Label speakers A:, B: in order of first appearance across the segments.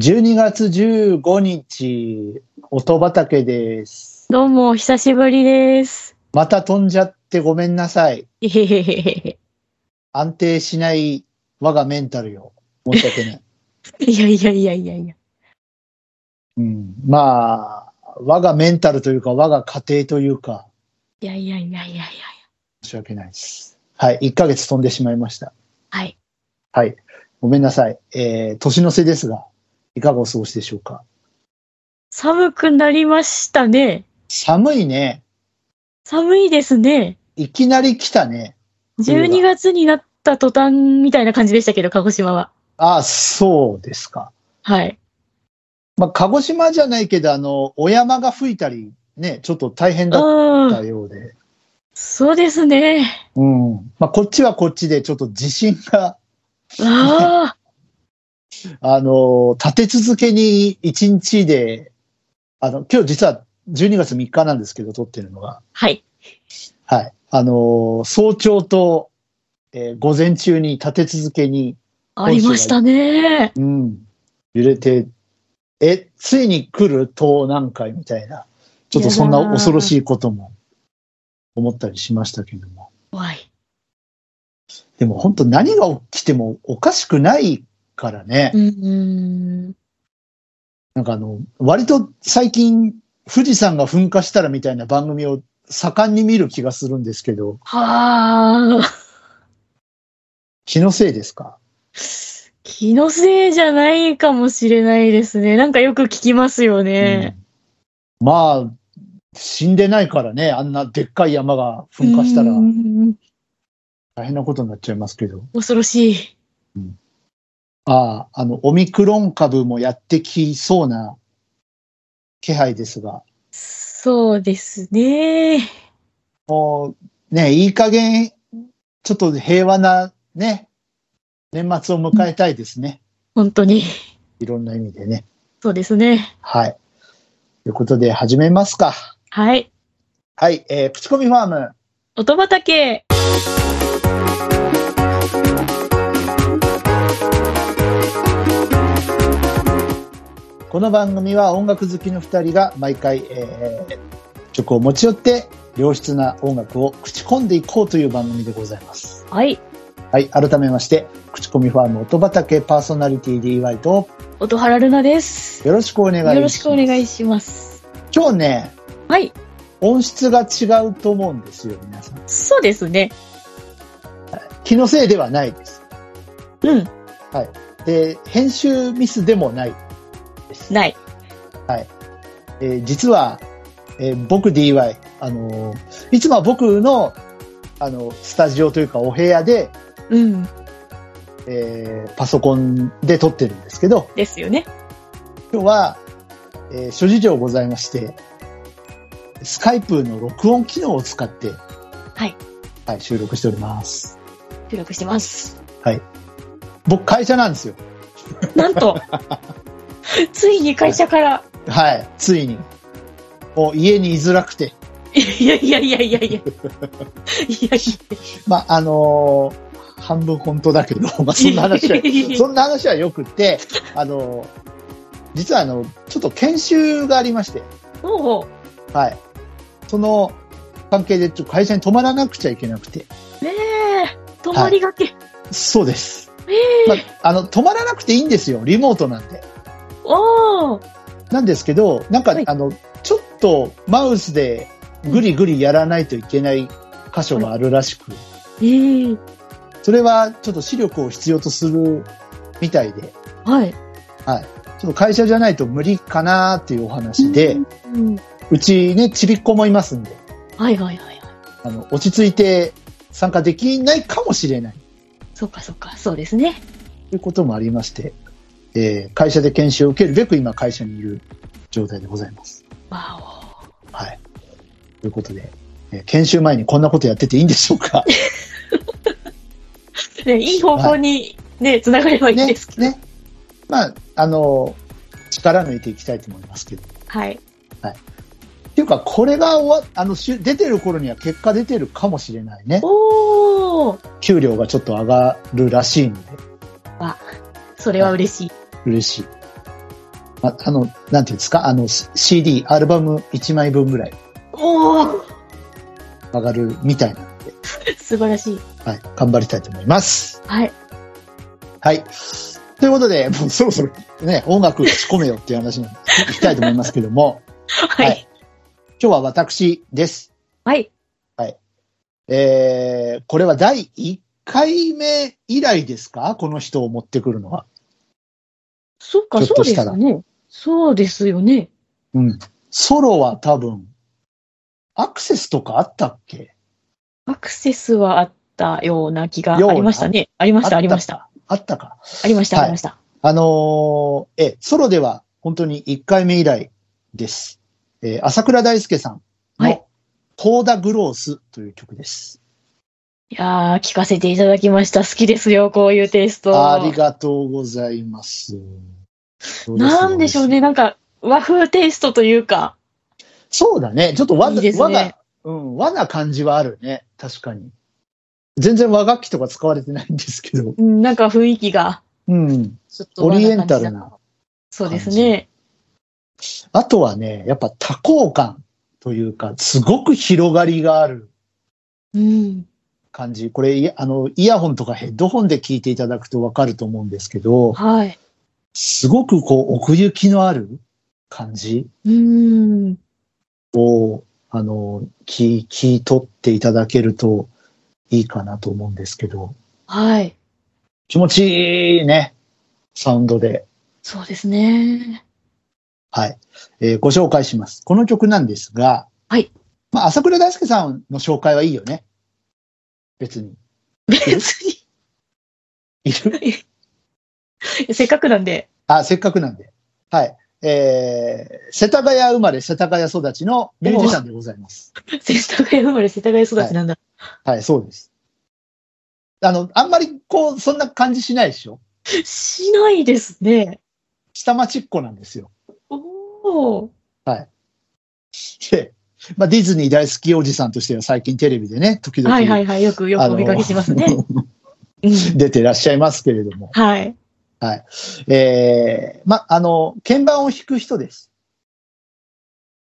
A: 12月15日、音畑です。
B: どうも、お久しぶ りです。
A: また飛んじゃってごめんなさい。
B: えへへへ
A: 安定しない我がメンタルよ。申し訳ない。
B: へいやいやいやいやいや。
A: うん、まあ、我がメンタルというか、我が家庭というか、
B: いやいやいやいやいや。
A: 申し訳ないです。はい、1ヶ月飛んでしまいました。
B: はい。
A: はい、ごめんなさい。えー、年の瀬ですが、いかがお過ごしでしょうか。
B: 寒くなりましたね。
A: 寒いね。
B: 寒いですね。
A: いきなり来たね。
B: 12月になった途端みたいな感じでしたけど、鹿児島は。
A: ああ、そうですか。
B: はい。
A: まあ、鹿児島じゃないけど、あの、お山が吹いたり、ね、ちょっと大変だっ
B: う
A: た
B: ん。
A: ようで。
B: そうですね。
A: うん。まあ、こっちはこっちで、ちょっと地震が、
B: ああ。
A: あの、立て続けに1日で、あの、今日実は12月3日なんですけど、撮ってるのが。
B: はい。
A: はい。あの、早朝と、えー午前中に立て続けに、
B: ありましたね。
A: うん、揺れて、え、ついに来る東南海みたいな、ちょっとそんな
B: やだー
A: 恐ろしいことも思ったりしましたけども。
B: 怖い。
A: でも本当何が起きてもおかしくないからね。
B: うんうん。
A: なんかあの、割と最近富士山が噴火したらみたいな番組を盛んに見る気がするんですけど、
B: はあ。
A: 気のせいですか
B: 気のせいじゃないかもしれないですね。なんかよく聞きますよね。
A: うんまあ、死んでないからね、あんなでっかい山が噴火したら
B: うんうんうん
A: 大変なことになっちゃいますけど。
B: 恐ろしい。
A: ああ、あの、オミクロン株もやってきそうな気配ですが、
B: そうですね。
A: もう、ね、いい加減、ちょっと平和な、ね、年末を迎えたいですね。
B: 本当に。
A: いろんな意味でね。
B: そうですね。
A: はい。ということで、始めますか。
B: はい。
A: はい、えー、口コミファーム。
B: 音畑。
A: この番組は音楽好きの二人が毎回、えー、チョコを持ち寄って、良質な音楽を口コんでいこうという番組でございます。
B: はい。
A: はい、改めまして、口コミファーム音畑パーソナリティ DY と
B: 音原ルナです。
A: よろしくお願いします。
B: よろしくお願いします。
A: 今日ね、
B: はい。
A: 音質が違うと思うんですよ、皆さん。
B: そうですね。
A: 気のせいではないです。
B: うん。
A: で、編集ミスでもないです。
B: ない。
A: えー実は、えー僕 DY、あのーいつもは僕の、あの、スタジオというかお部屋で、
B: うん。
A: えーパソコンで撮ってるんですけど、
B: ですよね。
A: 今日は、えー諸事情ございまして、スカイプの録音機能を使って、
B: はい。
A: はい、収録しております。
B: 収録してます。
A: 僕、会社なんですよ。
B: な んと。ついに会社から。
A: はい、ついに。もう家に居づらくて。
B: いやいやいやいやいや。いやい
A: まあ、あのー半分本当だけど、 まあ、そんな話は、 そんな話はよくて、あのー実はあの、ちょっと研修がありまして、
B: や。も
A: はい。その関係で、ちょっと会社に泊まらなくちゃいけなくて。
B: う、ねえ。泊まりがけ。
A: そうです。
B: え
A: ま
B: え
A: あ、あの、泊まらなくていいんですよ。リモートなんで。
B: おお。
A: なんですけど、なんか、
B: はい
A: あの、ちょっとマウスでぐりぐりやらないといけない箇所があるらしく、
B: ええ
A: それはちょっと視力を必要とするみたいで、
B: はい。
A: ちょっと会社じゃないと無理かなっていうお話で、
B: うん。
A: うちね、ちびっ子もいますんで、
B: はいはいはいはい。
A: あの、落ち着いて参加できないかもしれない
B: そうかそうか。そうですね。
A: ということもありまして、えー会社で研修を受けるべく今会社にいる状態でございます。
B: わお。
A: はい。ということで、えー研修前にこんなことやってていいんでしょう か
B: ね、いい方向にね、繋がればいい
A: ね
B: ですけど。
A: ね。まあ、あの、力抜いていきたいと思いますけど。っ
B: はい。
A: ていうか、これが終わ、あの、しゅ出てる頃には結果出てるかもしれないね。
B: おー
A: 給料がちょっと上がるらしいので、
B: それは嬉しい。
A: 嬉しい。まあの、なんていうんですか、あの、C- CD、アルバム1枚分ぐらい
B: おお
A: 上がるみたいなので、
B: 素晴らしい。
A: はい、頑張りたいと思います。
B: はい。
A: はい。ということで、もうそろそろね、音楽打ち込めよっていう話に行きたいと思いますけども、
B: はい。
A: 今日は私です。
B: はい。
A: えー、これは第1回目以来ですかこの人を持ってくるのは。
B: そっか、
A: ちょっ
B: そ
A: と
B: うで
A: した
B: す
A: ら
B: よね。そうですよね。
A: うん。ソロは多分、アクセスとかあったっけ
B: アクセスはあったような気があ
A: ような
B: りましたね。ありました、
A: あった
B: ありました。
A: あったか。
B: ありました、
A: はい
B: ありました。
A: あのーえ、ソロでは本当に1回目以来です。えー朝倉大輔さん
B: は
A: の
B: い
A: コーダグロースという曲です。
B: いやー、聞かせていただきました。好きですよ、こういうテイスト。
A: ありがとうございます。
B: なんでしょうね、なんか、和風テイストというか。
A: そうだね。ちょっと和
B: いいですね
A: 和な、うん、和な感じはあるね。確かに。全然和楽器とか使われてないんですけど。
B: うんなんか雰囲気が、
A: うん。
B: ちょっと
A: オ
B: 和な
A: リエ
B: 感じだ
A: ンタルな。
B: そうですね。
A: あとはね、やっぱ多幸感というか、すごく広がりがある
B: うん。
A: 感じ。これ、いやあの、イヤホンとかヘッドホンで聞いていただくとわかると思うんですけど、
B: はい。
A: すごくこう、奥行きのある感じ
B: うん。
A: を、あの、聞、聞い取っていただけるといいかなと思うんですけど、
B: はい。
A: 気持ちいいね、サウンドで。
B: そうですね。
A: はい。えーご紹介します。この曲なんですが、
B: はい。
A: まあ、朝倉大輔さんの紹介はいいよね。別に。
B: 別に、
A: いる
B: せっかくなんで。
A: あ、せっかくなんで。はい。えー、世田谷生まれ、世田谷育ちのミュージシャンでございます。
B: 世田谷生まれ、世田谷育ちなんだ。
A: はい、そうです。あの、あんまり、こう、そんな感じしないでしょ
B: しないですね。
A: 下町っ子なんですよ。
B: おお。
A: で、まあ、ディズニー大好きおじさんとしては最近テレビでね、時々、
B: はいはいはい。よく、よ
A: あ
B: く
A: の
B: お見かけ しますね。うん
A: 出てらっしゃいますけれども。
B: はい。
A: えー、まあ、あの、鍵盤を弾く人です。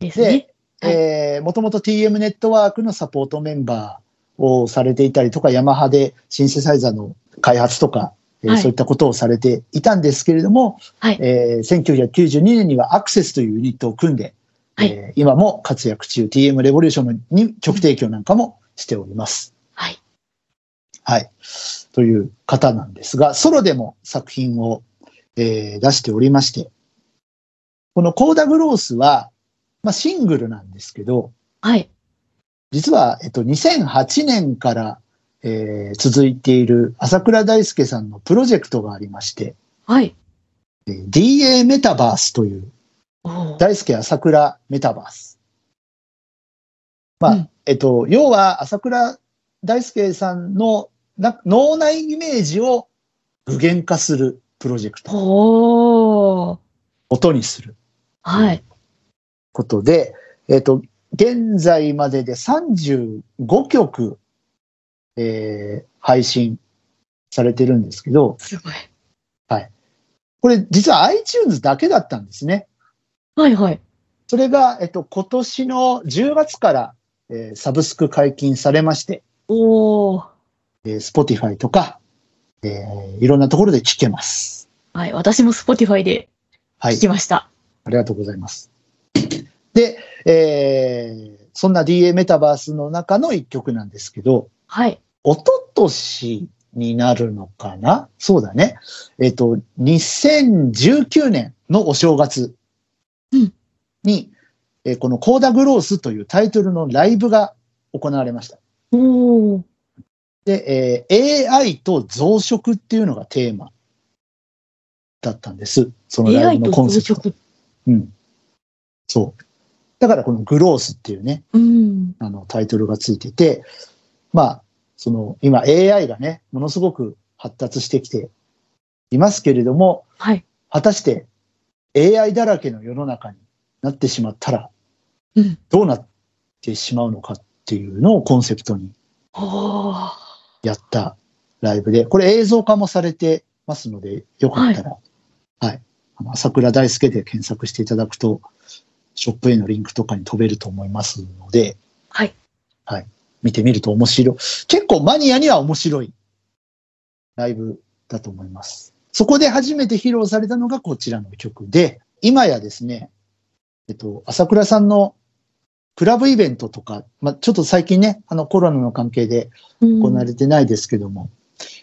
B: ですね。はい
A: えー、もともと TM ネットワークのサポートメンバーをされていたりとか、ヤマハでシンセサイザーの開発とか、えー
B: はい
A: そういったことをされていたんですけれども、
B: はい
A: えー1992年にはアクセスというユニットを組んで、
B: はい
A: えー今も活躍中、TM レボリューションのに曲提供なんかもしております。
B: はい。
A: はい。という方なんですが、ソロでも作品を、えー出しておりまして、このコーダグロースは、まあ、シングルなんですけど、
B: はい。
A: 実は、えっと、2008年から、えー続いている朝倉大輔さんのプロジェクトがありまして、
B: はい。
A: えー DA メタバースという、
B: おお。
A: 大輔朝倉メタバース。まあ、
B: うん
A: えっと、要は朝倉大輔さんのな脳内イメージを具現化するプロジェクト、
B: おお。
A: 音にする
B: はい。
A: ことで、えっと、現在までで35曲、えー配信されてるんですけど、
B: すごい。
A: これ実は iTunes だけだったんですね。
B: はいはい。
A: それが、えっと、今年の10月から、えーサブスク解禁されまして、
B: おお。
A: えー Spotify とか、えーいろんなところで聴けます。
B: はい。私も Spotify で
A: はい
B: 聞。きました。
A: ありがとうございます。で、えーそんな DA メタバースの中の一曲なんですけど、
B: はい。
A: おととしになるのかなそうだね。えっ、と、2019年のお正月
B: うん
A: に、えーこのコーダグロースというタイトルのライブが行われました。
B: おお。
A: で、えー AI と増殖っていうのがテーマだったんです。そのライ
B: AI
A: ブ
B: と
A: のコンセプ
B: 増
A: ト。
B: 殖。
A: うん。そう。だからこのグロースっていうね、
B: うん。
A: あのタイトルがついてて、まあ、その今 AI がね、ものすごく発達してきていますけれども、
B: はい。
A: 果たして AI だらけの世の中になってしまったら
B: うん。
A: どうなってしまうのかっていうのをコンセプトに
B: おお。
A: やったライブで、これ映像化もされてますので、よかったら、はい、あの朝倉大輔で検索していただくと、ショップへのリンクとかに飛べると思いますので、
B: はい。
A: はい。見てみると面白い。結構マニアには面白いライブだと思います。そこで初めて披露されたのがこちらの曲で、今やですね、えっと、朝倉さんのクラブイベントとか、まあ、ちょっと最近ね、あのコロナの関係で
B: うん
A: 行われてないですけども、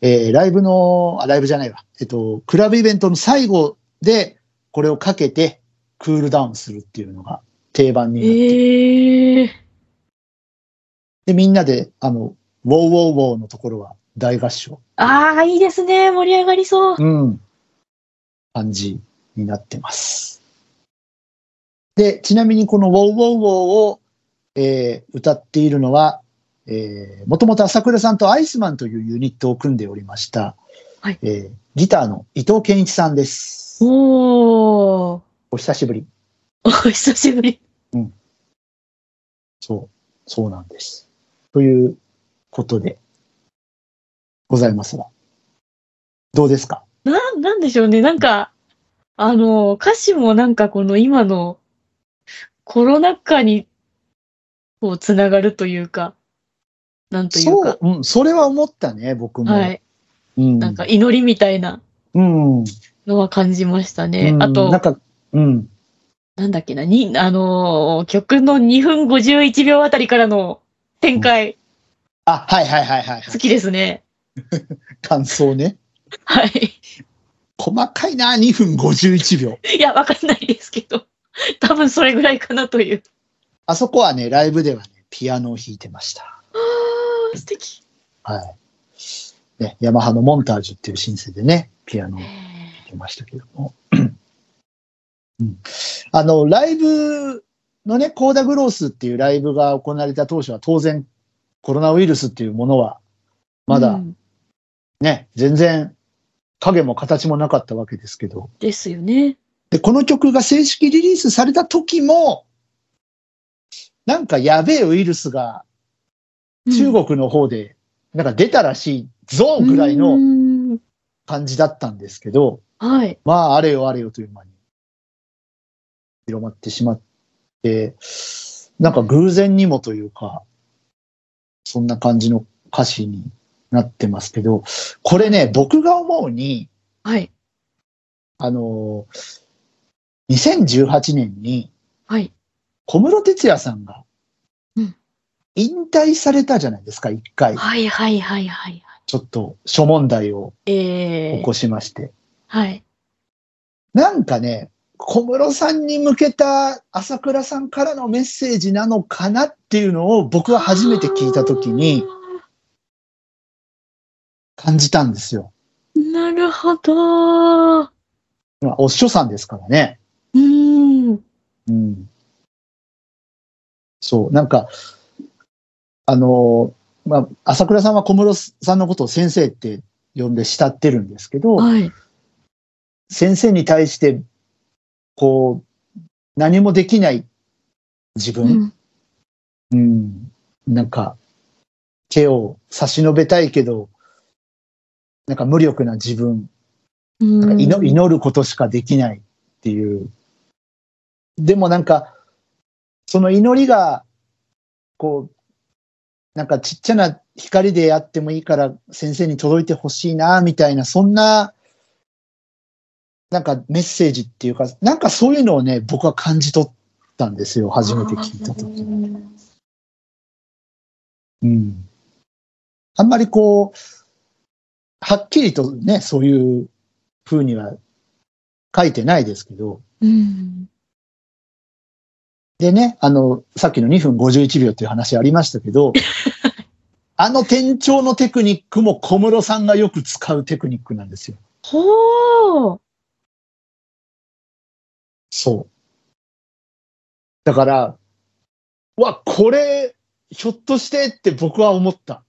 A: えーライブの、あ、ライブじゃないわ。えっと、クラブイベントの最後で、これをかけて、クールダウンするっていうのが定番になって、
B: ええ
A: で、みんなで、あの、ウォーウォーウォーのところは大合唱、
B: ああ、いいですね。盛り上がりそう。
A: うん、感じになってます。で、ちなみにこのウォーウォーウォーを、えー歌っているのは、えー、もともと朝倉さんとアイスマンというユニットを組んでおりました、
B: はい
A: えーギターの伊藤健一さんです。
B: おー。
A: お久しぶり。
B: お 久しぶり。
A: そう、そうなんです。ということで、ございますが。どうですか
B: な、なんでしょうね。なんか、あの、歌詞もなんかこの今のコロナ禍に、こう、つながるというか、なんという
A: そう
B: か、、
A: うん、それは思ったね、僕も。
B: はい。
A: うん、
B: なんか、祈りみたいな
A: うん、
B: のは感じましたね
A: う。ん
B: あと、
A: なんか、うん、
B: なんだっけな、に、あのー曲の2分51秒あたりからの展開、
A: あ、はいはいはいはい、は
B: 好
A: い。
B: きですね。
A: 感想ね。
B: はい。
A: 細かいな、2分51秒。
B: いや、わかんないですけど、多分それぐらいかなという。
A: あそこはね、ライブではね、ピアノを弾いてました。
B: あー、素敵。
A: はい。ね、ヤマハのモンタージュっていうシンセでね、ピアノを弾いてましたけども。うん、あの、ライブのね、コーダグロースっていうライブが行われた当初は当然、コロナウイルスっていうものは、ま
B: う
A: だ
B: ん
A: ね、全然影も形もなかったわけですけど、
B: ですよね。
A: で、この曲が正式リリースされた時も、なんかやべえウイルスが
B: うん
A: 中国の方で、なんか出たらしいぞぐらいうの
B: ーん
A: 感じだったんですけど、
B: はい。
A: まあ、あれよあれよという間に広まってしまって、なんか偶然にもというか、そんな感じの歌詞になってますけど、これね、僕が思うに、
B: はい。
A: あの、2018年に、
B: はい。
A: 小室哲哉さんが
B: うん、
A: 引退されたじゃないですか、一回。
B: はい。はい。はい。はい。
A: ちょっと諸問題を
B: え
A: 起
B: え
A: こしまして。
B: はい。
A: なんかね、小室さんに向けた朝倉さんからのメッセージなのかなっていうのを僕は初めて聞いたときに感じたんですよ。
B: あー。なるほど。う
A: まあ、おっしょさんですからね。
B: ーん。
A: うん。そう、なんか、あのーまあ、朝倉さんは小室さんのことを先生って呼んで慕ってるんですけど、
B: はい。
A: 先生に対して、こう、何もできない自
B: う
A: 分、
B: ん。
A: うん、なんか、手を差し伸べたいけど、なんか無力な自分、
B: うん
A: なんか祈祈ることしかできないっていう。でもなんか、その祈りが、こう、なんかちっちゃな光であってもいいから先生に届いてほしいな、みたいな、そんな、なんかメッセージっていうか、なんかそういうのをね、僕は感じ取ったんですよ、初めて聞いたときに。うん。あんまりこう、はっきりとね、そういう風には書いてないですけど、
B: うん。
A: でね、あの、さっきの2分51秒という話ありましたけ ど、あの店長のテクニックも小室さんがよく使うテクニックなんですよ。
B: ほう。
A: そう。だから、うわ、これ、ひょっとしてって僕は思った。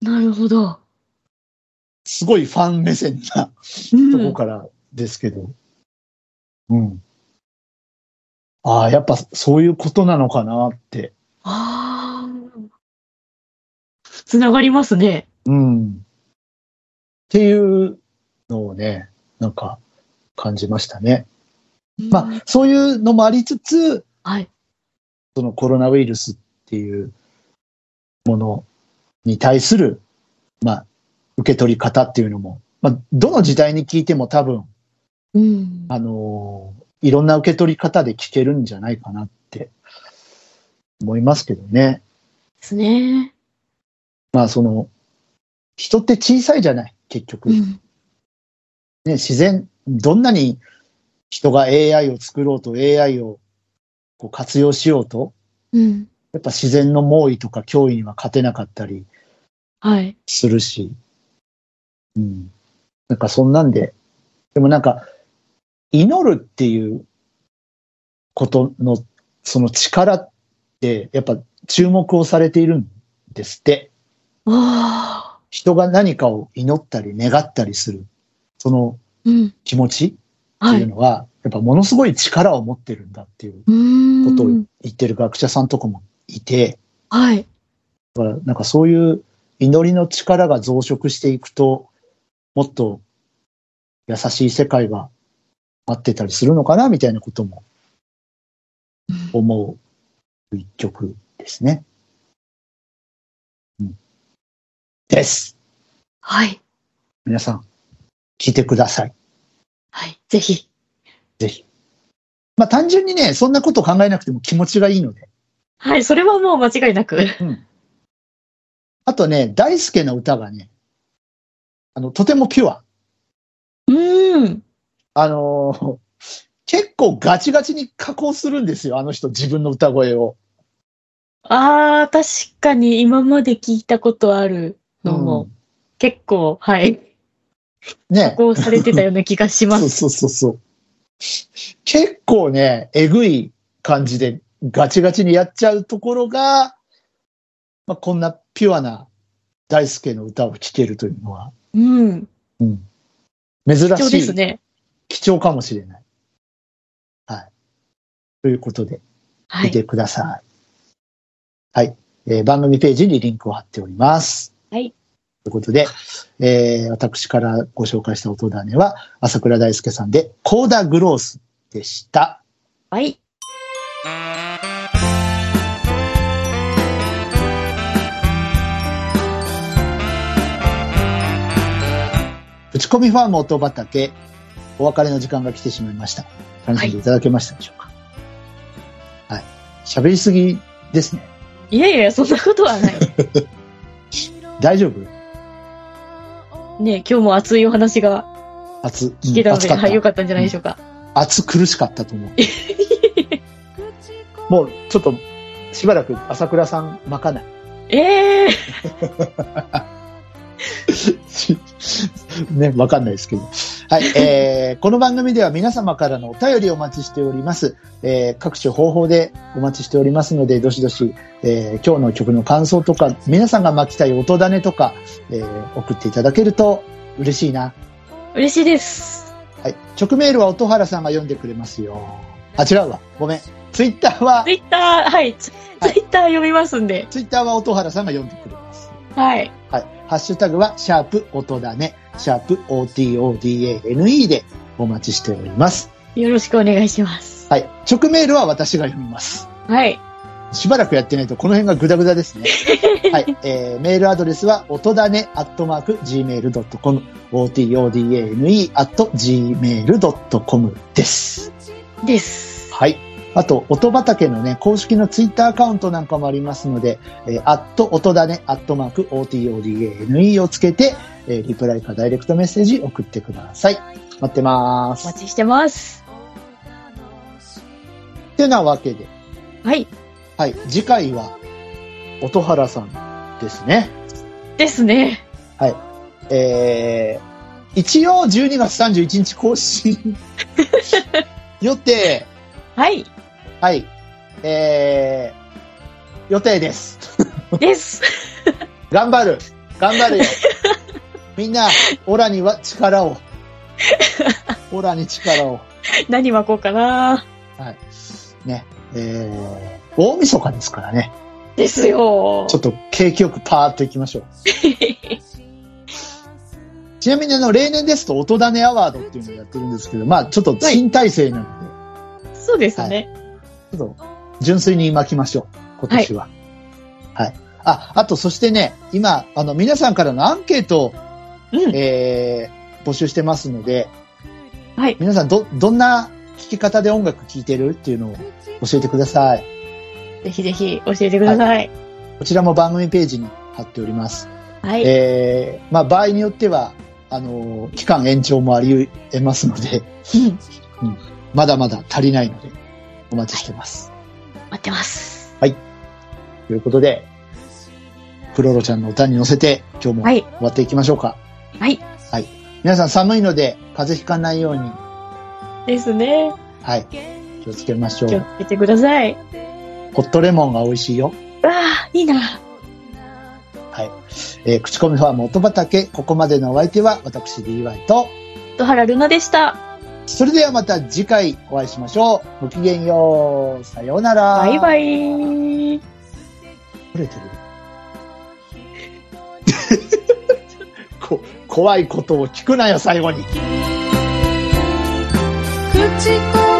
B: なるほど。
A: すごいファン目線な。
B: うん
A: とこからですけど。うん。ああ、やっぱそういうことなのかなって。
B: ああ。つながりますね。
A: うん。っていうのをね、なんか、感じましたね。
B: うん
A: まあ、そういうのもありつつ、
B: はい。
A: そのコロナウイルスっていうものに対する、まあ、受け取り方っていうのも、まあ、どの時代に聞いても多分、
B: うん。
A: あのーいろんな受け取り方で聞けるんじゃないかなって思いますけどね。
B: ですね。
A: まあ、その、人って小さいじゃない、結局。
B: う
A: ね、
B: ん。
A: 自然、どんなに人が AI を作ろうと AI をこう活用しようと、
B: うん。
A: やっぱ自然の猛威とか脅威には勝てなかったり
B: はい。
A: するし、うん。なんかそんなんで、でもなんか、祈るっていうことの、その力って、やっぱ注目をされているんですって。
B: ああ。
A: 人が何かを祈ったり願ったりする、その
B: うん。
A: 気持ちって
B: はい
A: いう
B: う
A: のは、やっぱものすごい力を持ってるんだっていう
B: ー
A: ことを
B: ん。
A: 言ってる学者さんとかもいて、
B: はい。
A: だからなんかそういう祈りの力が増殖していくと、もっと優しい世界が待ってたりするのかなみたいなことも思う一曲ですね。うん、です。
B: はい。
A: 皆さん、聞いてください。
B: はい。ぜひ。
A: ぜひ。まあ単純にね、そんなこと考えなくても気持ちがいいので。
B: はい。それはもう間違いなく。
A: うん、あとね、大輔の歌がね、あの、とてもピュア。
B: うん。
A: あのー結構ガチガチに加工するんですよ、あの人、自分の歌声を。
B: ああ、確かに今まで聞いたことあるのも、結構、はい。
A: ね。
B: こうされてたような気がしま
A: そう
B: す。
A: そうそうそう。結構ね、えぐい感じでガチガチにやっちゃうところが、まあ、こんなピュアな大輔の歌を聴けるというのは、
B: うん。
A: 珍
B: そうで
A: し
B: す
A: い、
B: ね。
A: 貴重かもしれない。はい。ということで、
B: は
A: 見
B: い。
A: てください。はい、えー番組ページにリンクを貼っております。
B: はい。
A: ということで、えー私からご紹介した音種は、朝倉大輔さんで、コーダグロースでした。
B: はい。
A: 打ち込みファーム音畑、お別れの時間が来てしまいました。楽しんでいただけましたでしょうか。はい。喋、りすぎですね。
B: いやいや、そんなことは ない。
A: 大丈夫
B: ね今日も熱いお話が
A: 熱、うん
B: 聞けたの
A: 熱
B: で、
A: かった。
B: はい、よかったんじゃないでしょうか。
A: 暑苦しかったと思う。もうちょっとしばらく朝倉さん巻かない。
B: ええ
A: ね、わかんないですけど。はい、えー、この番組では皆様からのお便りをお待ちしております。えー、各種方法でお待ちしておりますので、どしどし、えー、今日の曲の感想とか、皆さんが巻きたい音種とか、えー、送っていただけると嬉しいな。
B: 嬉しいです。
A: はい、直メールは音原さんが読んでくれますよ。あ、違うわ。ごめん。ツイッターは
B: ツ、イッター、はい。ツ
A: はい
B: イッター読みますんで。
A: ツイッターは音原さんが読んでくれます。
B: はい。
A: はい。ハッシュタグは、シャープ音だね、シャープ OTODANE でお待ちしております。
B: よろしくお願いします。
A: はい。直メールは私が読みます。
B: はい。
A: しばらくやってないとこの辺がグダグダ ですね。はい。えー、メールアドレスは、音だね、アットマーク、gmail.com、otodane、アット、gmail.com です。
B: です。
A: はい。あと、音畑のね、公式のツイッターアカウントなんかもありますので、えー、アット、音だね、アットマーク、otodane をつけて、えーリプライかダイレクトメッセージ送ってください。待ってま
B: お待
A: す。
B: ちしてます。
A: てなわけで、
B: はい。
A: はい、次回は、音原さんですね。
B: ですね。
A: えー、一応12月31日更新予定、
B: はい。
A: はい、えー、予定です。
B: です。
A: 頑張る頑張るよみんな、オラには力を。オラに力を。
B: 何巻こうかな。
A: はい。ね。えー、大晦日ですからね。
B: ですよ
A: ちょ。っと景気よくパーッといきましょう。ちなみにあの、例年ですと、音種アワードっていうのをやってるんですけど、まあ、ちょっと新体制なんで、
B: そうですね。
A: ちょっと純粋に巻きましょう、今年は。はい。あ、あと、そしてね、今、あの、皆さんからのアンケートを、
B: うん。
A: えー募集してますので、
B: はい。
A: 皆さん、ど、どんな聴き方で音楽聴いてるっていうのを教えてください。
B: ぜひぜひ教えてください。
A: こちらも番組ページに貼っております。
B: はい。
A: えーまあ、場合によっては、あのー期間延長もあり得ますので、
B: うん。
A: まだまだ足りないので、お待ちしてます。
B: 待ってます。
A: ということで、クロロちゃんの歌に乗せて、今日も
B: は
A: 終
B: い。
A: わっていきましょうか。
B: はい。
A: 皆さん寒いので、風邪ひかないように、
B: ですね。
A: はい、気をつけましょ
B: 気を
A: う。
B: つけてください。
A: ホットレモンが美味しいよ。
B: わあ、いいな。
A: えー口コミファーム音畑、ここまでのお相手は私 DY と、
B: 戸原ルナでした。
A: それではまた次回お会いしましょう。ごきげんよう。さようなら。
B: バイバイ。
A: 取れてる こ 怖いことを聞くなよ、最後に。
C: 口コミ